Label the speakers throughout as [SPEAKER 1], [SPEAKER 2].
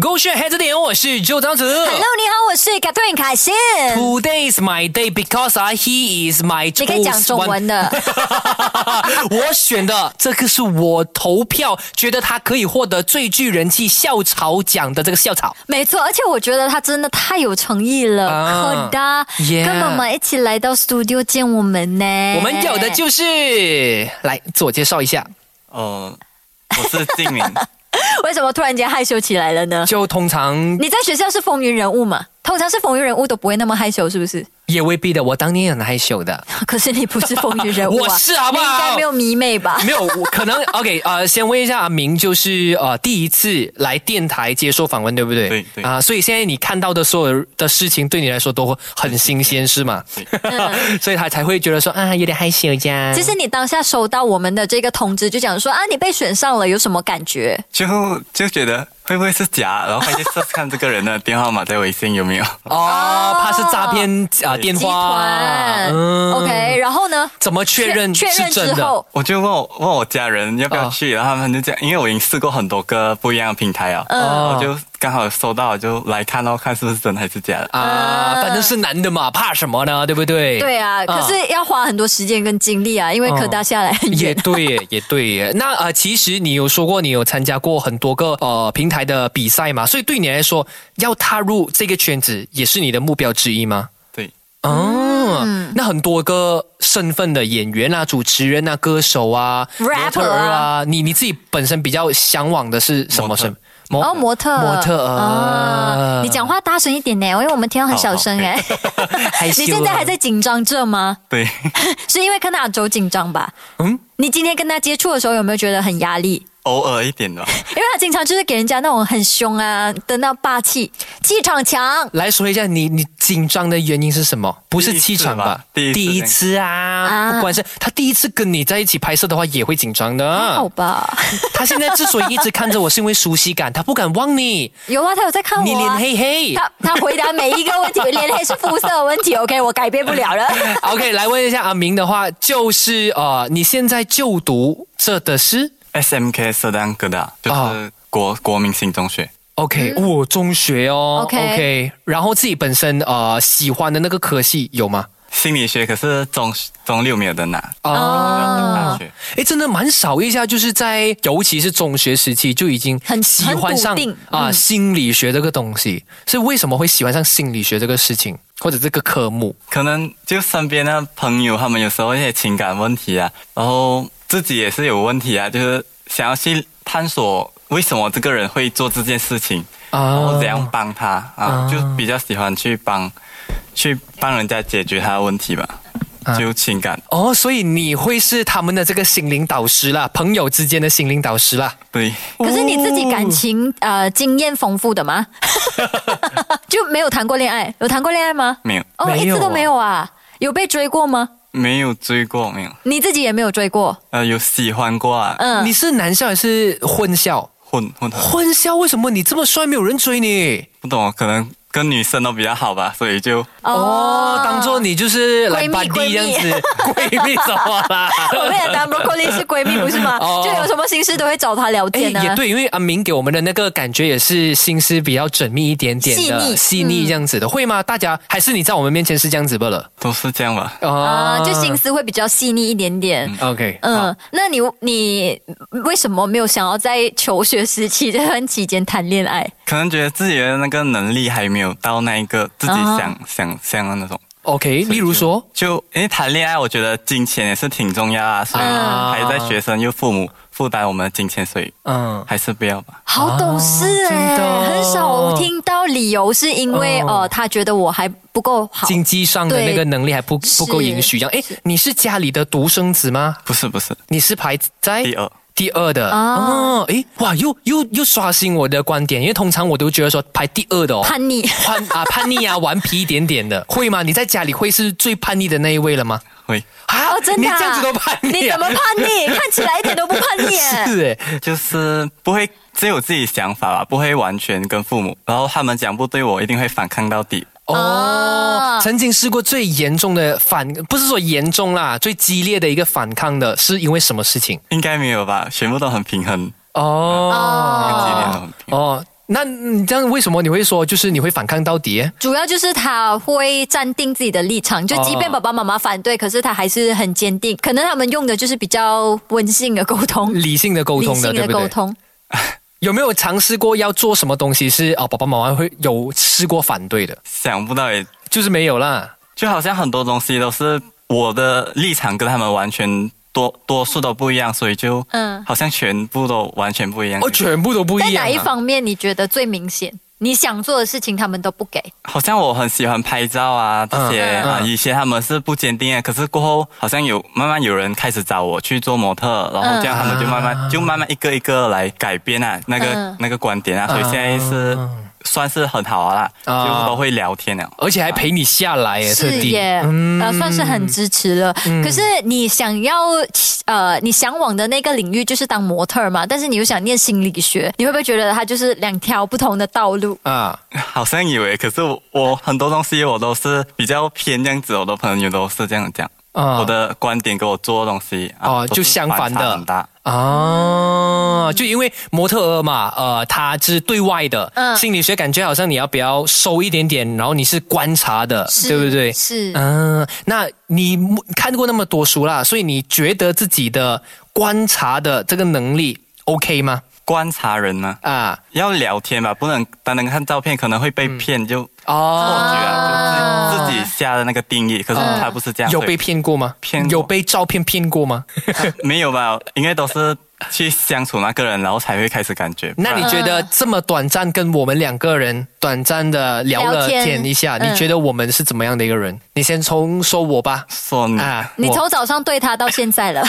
[SPEAKER 1] 勾选黑字点，我是周张子。
[SPEAKER 2] Hello，你好，我是 Catherine 凯欣。
[SPEAKER 1] Today is my day because I he is my。
[SPEAKER 2] 你可以讲中文。的，
[SPEAKER 1] 我选的这个是我投票觉得他可以获得最具人气校草奖的这个校草。
[SPEAKER 2] 没错，而且我觉得他真的太有诚意了，
[SPEAKER 1] 啊
[SPEAKER 2] 好的
[SPEAKER 1] Yeah
[SPEAKER 2] 跟妈妈一起来到 studio 见我们呢。
[SPEAKER 1] 我们有的就是来自我介绍一下，
[SPEAKER 3] 哦，我是静 明，
[SPEAKER 2] 为什么突然间害羞起来 了呢？
[SPEAKER 1] 就通常
[SPEAKER 2] 你在学校是风云人物嘛？通常是风云人物都不会那么害羞，是不是？
[SPEAKER 1] 也未必的。我当年也很害羞的。
[SPEAKER 2] 可是你不是风云人物、啊，
[SPEAKER 1] 我是好不好嗯
[SPEAKER 2] 你应该没有迷妹吧？
[SPEAKER 1] 没有，我可 能 OK 呃，先问一下阿明，就是呃第一次来电台接受访问，对不对？
[SPEAKER 3] 对对
[SPEAKER 1] 啊、所以现在你看到的所有的事情，对你来说都很新鲜，是吗？ 所以他才会觉得说啊，有点害羞呀。
[SPEAKER 2] 其实你当下收到我们的这个通知，就讲说啊，你被选上了，有什么感觉？
[SPEAKER 3] 就就觉得会不会是假，然后还去 s e 看这个人的电话号码在微信有没有。
[SPEAKER 1] 哦，怕是诈骗啊、电
[SPEAKER 2] 集
[SPEAKER 1] 话
[SPEAKER 2] 团、
[SPEAKER 1] 嗯
[SPEAKER 2] o k 然后呢？
[SPEAKER 1] 怎么确认
[SPEAKER 2] 确
[SPEAKER 1] 是
[SPEAKER 2] 认
[SPEAKER 1] 真
[SPEAKER 2] 之
[SPEAKER 1] 的？
[SPEAKER 2] 后，
[SPEAKER 3] 我就问我问我家人要不要去，然后他们就讲，因为我已经试过很多个不一样的平台啊，
[SPEAKER 1] 哦
[SPEAKER 3] 我就刚好收到，就来看哦，看是不是真还是假的。
[SPEAKER 1] 啊，反正是男的嘛，怕什么呢？对不对？
[SPEAKER 2] 嗯对啊，可是要花很多时间跟精力啊，因为
[SPEAKER 1] 嗯
[SPEAKER 2] 可大下来很
[SPEAKER 1] 也
[SPEAKER 2] 远。
[SPEAKER 1] 对耶，也对耶。那呃，其实你有说过你有参加过很多个呃平台的比赛嘛，所以对你来说，要踏入这个圈子也是你的目标之一吗？
[SPEAKER 3] 对，
[SPEAKER 1] 哦，
[SPEAKER 2] 嗯
[SPEAKER 1] 那很多个身份的演员啊、主持人啊、歌手啊、模
[SPEAKER 2] Rapper
[SPEAKER 1] 特儿啊，你你自己本身比较向往的是什么
[SPEAKER 3] 模特
[SPEAKER 1] 身？模
[SPEAKER 2] 哦，模特，
[SPEAKER 1] 模特儿
[SPEAKER 2] 啊你讲话大声一点呢，因为我们听到很小声哎。
[SPEAKER 1] 哦 害羞
[SPEAKER 2] 你
[SPEAKER 1] 啊
[SPEAKER 2] 现在还在紧张着吗？
[SPEAKER 3] 对，
[SPEAKER 2] 是因为看到阿周紧张吧？
[SPEAKER 1] 嗯
[SPEAKER 2] 嗯，你今天跟他接触的时候有没有觉得很压力？
[SPEAKER 3] 偶尔一 点吧。
[SPEAKER 2] 因为他经常就是给人家那种很凶啊的那霸气，气场强。
[SPEAKER 1] 来说一下你你紧张的原因是什么？不是气场吧？
[SPEAKER 3] 第一次吧第一次
[SPEAKER 1] 啊，
[SPEAKER 2] 啊
[SPEAKER 1] 不管是他第一次跟你在一起拍摄的话，也会紧张的。
[SPEAKER 2] 好吧，
[SPEAKER 1] 他现在之所以一直看着我，是因为熟悉感，他不敢望你，
[SPEAKER 2] 有啊，他有在 看我、啊。
[SPEAKER 1] 你脸黑 黑。
[SPEAKER 2] 他他回答每一个问题，脸黑是肤色的问题，OK，我改变 不了了。
[SPEAKER 1] OK，来问一下阿明的话，就是呃，你现在就读这的是
[SPEAKER 3] SMK 色当哥大就是
[SPEAKER 1] 啊
[SPEAKER 3] 国国民新中学，
[SPEAKER 1] OK，我、中学哦
[SPEAKER 2] 嗯 OK
[SPEAKER 1] 然后自己本身呃喜欢的那个科系有吗？
[SPEAKER 3] 心理学可是中中六没有的拿，
[SPEAKER 2] 哦
[SPEAKER 1] 啊、
[SPEAKER 2] 嗯
[SPEAKER 3] 大学。
[SPEAKER 1] 诶，真的蛮少一下，就是在尤其是中学时期就已经
[SPEAKER 2] 很
[SPEAKER 1] 喜欢上
[SPEAKER 2] 很笃定
[SPEAKER 1] 啊、
[SPEAKER 2] 嗯
[SPEAKER 1] 心理学这个东西，是为什么会喜欢上心理学这个事情或者这个科目？
[SPEAKER 3] 可能就身边的朋友，他们有时候一些情感问题啊，然后自己也是有问题啊，就是想要去探索为什么这个人会做这件事情，
[SPEAKER 1] 啊
[SPEAKER 3] 然后怎样帮他啊
[SPEAKER 1] 啊，
[SPEAKER 3] 就比较喜欢去帮，去帮人家解决他的问题吧，
[SPEAKER 1] 啊
[SPEAKER 3] 就情感
[SPEAKER 1] 哦，所以你会是他们的这个心灵导师啦，朋友之间的心灵导师啦。
[SPEAKER 3] 对。
[SPEAKER 2] 可是你自己感情呃经验丰富 的吗？就没有谈过恋爱？有谈过恋爱吗？
[SPEAKER 3] 没有，
[SPEAKER 2] 哦，
[SPEAKER 1] 没
[SPEAKER 2] 一
[SPEAKER 1] 有啊
[SPEAKER 2] 次都没有啊。有被追过吗？
[SPEAKER 3] 没有追过，没有，
[SPEAKER 2] 你自己也没有追过。
[SPEAKER 3] 呃，有喜欢过啊，
[SPEAKER 2] 嗯
[SPEAKER 1] 你是男校还是混校？
[SPEAKER 3] 混混
[SPEAKER 1] 混校为什么你这么帅没有人追你？
[SPEAKER 3] 不懂，啊可能跟女生都比较好吧，所以就
[SPEAKER 1] 哦，当做你就是来
[SPEAKER 2] 闺蜜
[SPEAKER 1] 班
[SPEAKER 2] 闺
[SPEAKER 1] 地
[SPEAKER 2] 蜜
[SPEAKER 1] 这样子， 闺蜜怎么啦？
[SPEAKER 2] 我们也当 broccoli 是闺蜜不是 吗？
[SPEAKER 1] 哦
[SPEAKER 2] 就有什么心事都会找她聊
[SPEAKER 1] 哎，
[SPEAKER 2] 天啊。
[SPEAKER 1] 也对，因为阿明给我们的那个感觉也是心思比较缜密一点点的，
[SPEAKER 2] 细腻
[SPEAKER 1] 细腻这样子的，会吗？大家还是你在我们面前是这样子罢了
[SPEAKER 3] 都是这样吧。
[SPEAKER 2] 啊、
[SPEAKER 1] 哦
[SPEAKER 2] 就心思会比较细腻一点点。
[SPEAKER 1] OK，
[SPEAKER 2] 嗯，那你你为什么没有想要在求学时期这段期间谈恋
[SPEAKER 1] 啊
[SPEAKER 2] 爱？
[SPEAKER 3] 可能觉得自己的那个能力还没有到那一个自己
[SPEAKER 2] 啊
[SPEAKER 3] 想、想象的那种。
[SPEAKER 1] OK，例如说，
[SPEAKER 3] 就因为谈恋爱，我觉得金钱也是挺重要啊，所以
[SPEAKER 1] 啊
[SPEAKER 3] 还在学生又父母负担我们的金钱，所以
[SPEAKER 1] 嗯，
[SPEAKER 3] 还是不要吧。
[SPEAKER 2] 好懂事
[SPEAKER 1] 真
[SPEAKER 2] 哎、
[SPEAKER 1] 的
[SPEAKER 2] 很少听到理由是因为
[SPEAKER 1] 哦
[SPEAKER 2] 哦、呃，他觉得我还不够好。
[SPEAKER 1] 经济上的
[SPEAKER 2] 对
[SPEAKER 1] 那个能力还不
[SPEAKER 2] 是
[SPEAKER 1] 不够允许这样。哎，你是家里的独生子吗？
[SPEAKER 3] 不是不是，
[SPEAKER 1] 你是排在
[SPEAKER 3] 第二
[SPEAKER 1] 第二的
[SPEAKER 2] 啊
[SPEAKER 1] 哦，诶，哇，又又又刷新我的观点，因为通常我都觉得说排第二的哦，
[SPEAKER 2] 叛逆
[SPEAKER 1] 叛啊叛逆啊，顽皮一点点的，会吗？你在家里会是最叛逆的那一位了吗？
[SPEAKER 3] 会
[SPEAKER 1] 啊
[SPEAKER 2] 哦，真
[SPEAKER 1] 你
[SPEAKER 2] 的、
[SPEAKER 1] 这样子都叛逆、啊？
[SPEAKER 2] 你怎么叛 逆？看起来一点都不叛逆哎、
[SPEAKER 1] 是啊诶，
[SPEAKER 3] 就是不会只有自己想法吧，不会完全跟父母，然后他们讲不对我，一定会反抗到底。
[SPEAKER 1] 哦
[SPEAKER 2] 啊，
[SPEAKER 1] 曾经试过最严重的反，不是说严重啦，最激烈的一个反抗的是因为什么事情？
[SPEAKER 3] 应该没有吧？全部都很平衡，
[SPEAKER 1] 哦
[SPEAKER 3] 跟今天都很平衡。
[SPEAKER 1] 哦，那你这样为什么你会说就是你会反抗到底？
[SPEAKER 2] 主要就是他会站定自己的立场，就即便
[SPEAKER 1] 哦
[SPEAKER 2] 爸爸妈妈反对，可是他还是很坚定。可能他们用的就是比较温性的沟通，
[SPEAKER 1] 理性的沟
[SPEAKER 2] 理
[SPEAKER 1] 通的，
[SPEAKER 2] 性
[SPEAKER 1] 对
[SPEAKER 2] 的
[SPEAKER 1] 不
[SPEAKER 2] 沟
[SPEAKER 1] 对？
[SPEAKER 2] 通。
[SPEAKER 1] 有没有尝试过要做什么东西是啊、爸爸妈妈会有试过反对的？
[SPEAKER 3] 想不到也
[SPEAKER 1] 就是没有啦。
[SPEAKER 3] 就好像很多东西都是我的立场跟他们完全多多数都不一样，所以就
[SPEAKER 2] 嗯
[SPEAKER 3] 好像全部都完全不一样。
[SPEAKER 1] 哦，全部都不一
[SPEAKER 2] 在
[SPEAKER 1] 样、啊。
[SPEAKER 2] 哪一方面你觉得最明显？你想做的事情他们都不给，
[SPEAKER 3] 好像我很喜欢拍照啊，这
[SPEAKER 1] 嗯
[SPEAKER 3] 些
[SPEAKER 1] 嗯
[SPEAKER 3] 啊、以前他们是不坚定啊的，可是过后好像有慢慢有人开始找我去做模特，然后这样他们就慢慢、
[SPEAKER 1] 啊
[SPEAKER 3] 就慢慢一个一个来改变啊，那个、
[SPEAKER 2] 嗯
[SPEAKER 3] 那个观点啊，所以现在是、算是很好啊啦，
[SPEAKER 1] 嗯啊
[SPEAKER 3] 就都会聊天了。
[SPEAKER 1] 而且还陪你下来耶，特
[SPEAKER 2] 是
[SPEAKER 1] 地。嗯
[SPEAKER 2] 耶，呃，算是很支持了。可是你想要呃，你向往的那个领域就是当模特儿嘛，但是你又想念心理学，你会不会觉得它就是两条不同的道路？
[SPEAKER 1] 啊，
[SPEAKER 3] 好像以为，可是我我很多东西我都是比较偏这样子，我的朋友都是这样讲，
[SPEAKER 1] 啊
[SPEAKER 3] 我的观点跟我做的东西啊
[SPEAKER 1] 哦
[SPEAKER 3] 都
[SPEAKER 1] 就是相反的
[SPEAKER 3] 差很大。
[SPEAKER 2] 嗯
[SPEAKER 1] 啊，就因为模特儿嘛，呃，他是对外的，
[SPEAKER 2] 嗯
[SPEAKER 1] 心理学感觉好像你要比较收一点点，然后你是观察的，
[SPEAKER 2] 是
[SPEAKER 1] 对不对？
[SPEAKER 2] 是
[SPEAKER 1] 嗯、那你看过那么多书啦，所以你觉得自己的观察的这个能力 OK 吗？
[SPEAKER 3] 观察人呢、
[SPEAKER 1] 啊，
[SPEAKER 3] 要聊天吧，不能单单看照片，可能会被骗，就错
[SPEAKER 1] 嗯
[SPEAKER 3] 觉
[SPEAKER 1] 哦，啊
[SPEAKER 3] 啊，就是自己下的那个定义。可是他不是这样，
[SPEAKER 1] 有
[SPEAKER 3] 所以
[SPEAKER 1] 被骗过吗？
[SPEAKER 3] 骗过
[SPEAKER 1] 有被照片骗过吗？
[SPEAKER 3] 没有吧？应该都是去相处那个人，然后才会开始感觉。
[SPEAKER 1] 那你
[SPEAKER 3] 不然
[SPEAKER 1] 觉得这么短暂跟我们两个人短暂的聊了
[SPEAKER 2] 聊天
[SPEAKER 1] 天一下，
[SPEAKER 2] 嗯
[SPEAKER 1] 你觉得我们是怎么样的一个人？你先从说我吧。
[SPEAKER 3] 说你
[SPEAKER 1] 啊，
[SPEAKER 2] 你
[SPEAKER 1] 我
[SPEAKER 2] 从早上对他到现 在了，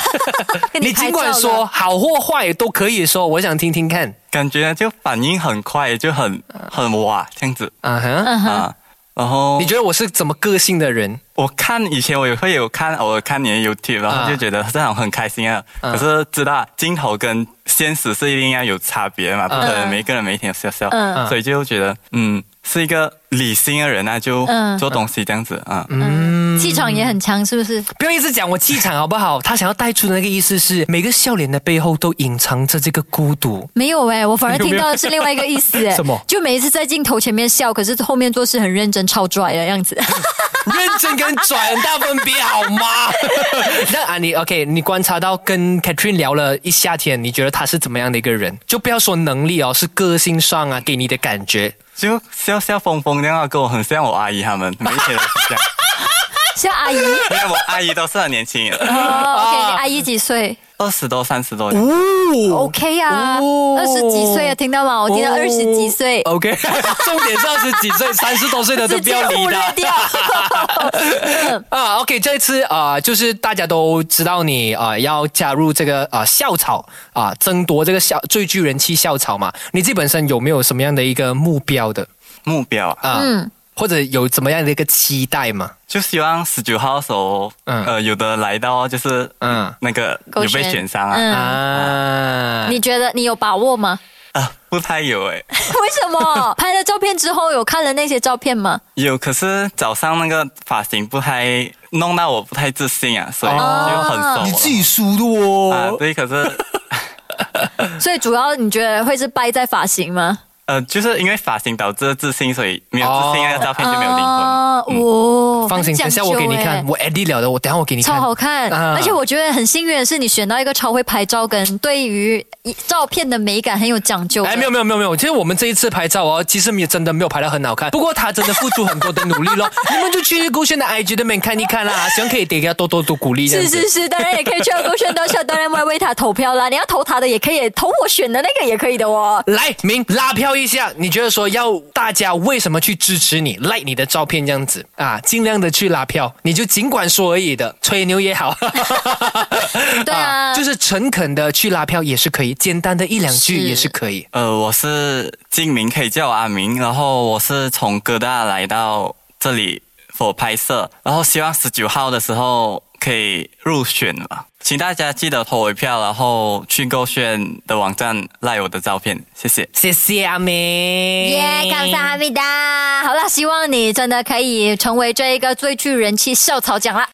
[SPEAKER 2] 跟
[SPEAKER 1] 你
[SPEAKER 2] 拍
[SPEAKER 1] 尽
[SPEAKER 2] 照
[SPEAKER 1] 管
[SPEAKER 2] 了
[SPEAKER 1] 说好或坏都可以说，我想听听看。
[SPEAKER 3] 感觉就反应很快，就很很哇这样子
[SPEAKER 1] 啊
[SPEAKER 2] 嗯
[SPEAKER 1] 哈，
[SPEAKER 3] 啊。然后
[SPEAKER 1] 你觉得我是怎么个性的人？
[SPEAKER 3] 我看以前我也会有看，偶尔看你的 YouTube，然后就觉得这种很开心啊。
[SPEAKER 1] 啊
[SPEAKER 3] 可是知道镜头跟现实是一定要有差别嘛，不可
[SPEAKER 2] 嗯
[SPEAKER 3] 能每个人每天笑笑，
[SPEAKER 2] 嗯
[SPEAKER 3] 所以就觉得嗯是一个理性的人啊，就
[SPEAKER 2] 嗯
[SPEAKER 3] 做东西这样子啊。
[SPEAKER 2] 嗯，气场也很强，是不是？
[SPEAKER 1] 不要一直讲我气场好不好？他想要带出的那个意思是，每个笑脸的背后都隐藏着这个孤 独。
[SPEAKER 2] 没有哎、我反而
[SPEAKER 1] 有没有
[SPEAKER 2] 听到的是另外一个意思、哎
[SPEAKER 1] 什么
[SPEAKER 2] 就每一次在镜头前面笑，可是后面做事很认真、超拽的 样子。
[SPEAKER 1] 认真跟拽很大分别好吗？ 那啊，你 OK？你观察到跟 Catherine 聊了一夏天，你觉得他是怎么样的一个人？就不要说能力哦，是个性上啊，给你的感觉。
[SPEAKER 3] 就笑笑疯疯这样啊，跟我很像我阿姨他们，每一天都是这样。
[SPEAKER 2] 像阿姨
[SPEAKER 3] 因为我阿姨都是很年轻人，
[SPEAKER 2] 哦，OK，你阿姨几岁
[SPEAKER 3] 二十多、三十多。
[SPEAKER 2] 哦？OK 啊，
[SPEAKER 1] 哦
[SPEAKER 2] 二十几岁啊，听到吗？我听到
[SPEAKER 1] 哦
[SPEAKER 2] 二十几岁，
[SPEAKER 1] OK，重 点是二十几 岁、三十多岁的都
[SPEAKER 2] 直
[SPEAKER 1] 不
[SPEAKER 2] 接
[SPEAKER 1] 要理
[SPEAKER 2] 忽略
[SPEAKER 1] 他。
[SPEAKER 2] 掉。
[SPEAKER 1] 啊，OK，这次啊、就是大家都知道你啊、要加入这个啊、校草啊、争夺这个校最具人气校草嘛。你自己本身有没有什么样的一个目标的
[SPEAKER 3] 目标啊，
[SPEAKER 1] 啊？
[SPEAKER 2] 嗯
[SPEAKER 1] 或者有怎么样的一个期待嘛？
[SPEAKER 3] 就希望十九号的时候，
[SPEAKER 1] 嗯
[SPEAKER 3] 呃，有的来到就是，
[SPEAKER 1] 嗯
[SPEAKER 3] 嗯，那个
[SPEAKER 2] 勾
[SPEAKER 3] 有
[SPEAKER 2] 选
[SPEAKER 3] 被选上啊，
[SPEAKER 2] 嗯
[SPEAKER 1] 啊，
[SPEAKER 2] 你觉得你有把握吗？
[SPEAKER 3] 啊，不太有诶，
[SPEAKER 2] 为什么拍了照片之后有看了那些照片吗？
[SPEAKER 3] 有，可是早上那个发型不太弄到我不太自信啊，所以就很瘦、
[SPEAKER 1] 你自己输的哦。
[SPEAKER 3] 啊，对，可是。
[SPEAKER 2] 所以主要你觉得会是掰在发型吗？
[SPEAKER 3] 呃，就是因为发型导致自信，所以没有自信，
[SPEAKER 1] 哦
[SPEAKER 3] 那个照片就没有灵魂。
[SPEAKER 2] 啊哇
[SPEAKER 1] 嗯放心，
[SPEAKER 2] 很讲
[SPEAKER 1] 等下我
[SPEAKER 2] 究
[SPEAKER 1] 给你
[SPEAKER 2] 欸
[SPEAKER 1] 看，我 edit 了的，我等下我给你看。
[SPEAKER 2] 超好看，
[SPEAKER 1] 啊
[SPEAKER 2] 而且我觉得很幸运的是，你选到一个超会拍照跟对于照片的美感很有讲究的。
[SPEAKER 1] 哎，没有没有没有没有，其实我们这一次拍照哦，其实也真的没有拍得很好看，不过他真的付出很多的努力咯。你们就去勾选的 IG 那边看一看啦，希望可以给他多多多鼓励这样
[SPEAKER 2] 是
[SPEAKER 1] 子。
[SPEAKER 2] 是是，当然也可以去到勾选到下，当然要为他投票啦。你要投他的也可以，投我选的那个也可以的哦。
[SPEAKER 1] 来，明拉票一下，你觉得说要大家为什么去支持你，like 你的照片这样子啊？尽量的去拉票，你就尽管说而已的，吹牛也好，
[SPEAKER 2] 对啊
[SPEAKER 1] 就是诚恳的去拉票也是可以，简单的一两句
[SPEAKER 2] 是
[SPEAKER 1] 也是可以。
[SPEAKER 3] 呃，我是金明，可以叫我阿明。然后我是从哥大来到这里 for 拍摄，然后希望十九号的时候可以入选吧。请大家记得投我一票，然后去购选的网站赖我的照片，谢谢。
[SPEAKER 1] 谢谢阿明，
[SPEAKER 2] 耶，感谢哈密达。好啦，希望你真的可以成为这一个最具人气校草奖啦。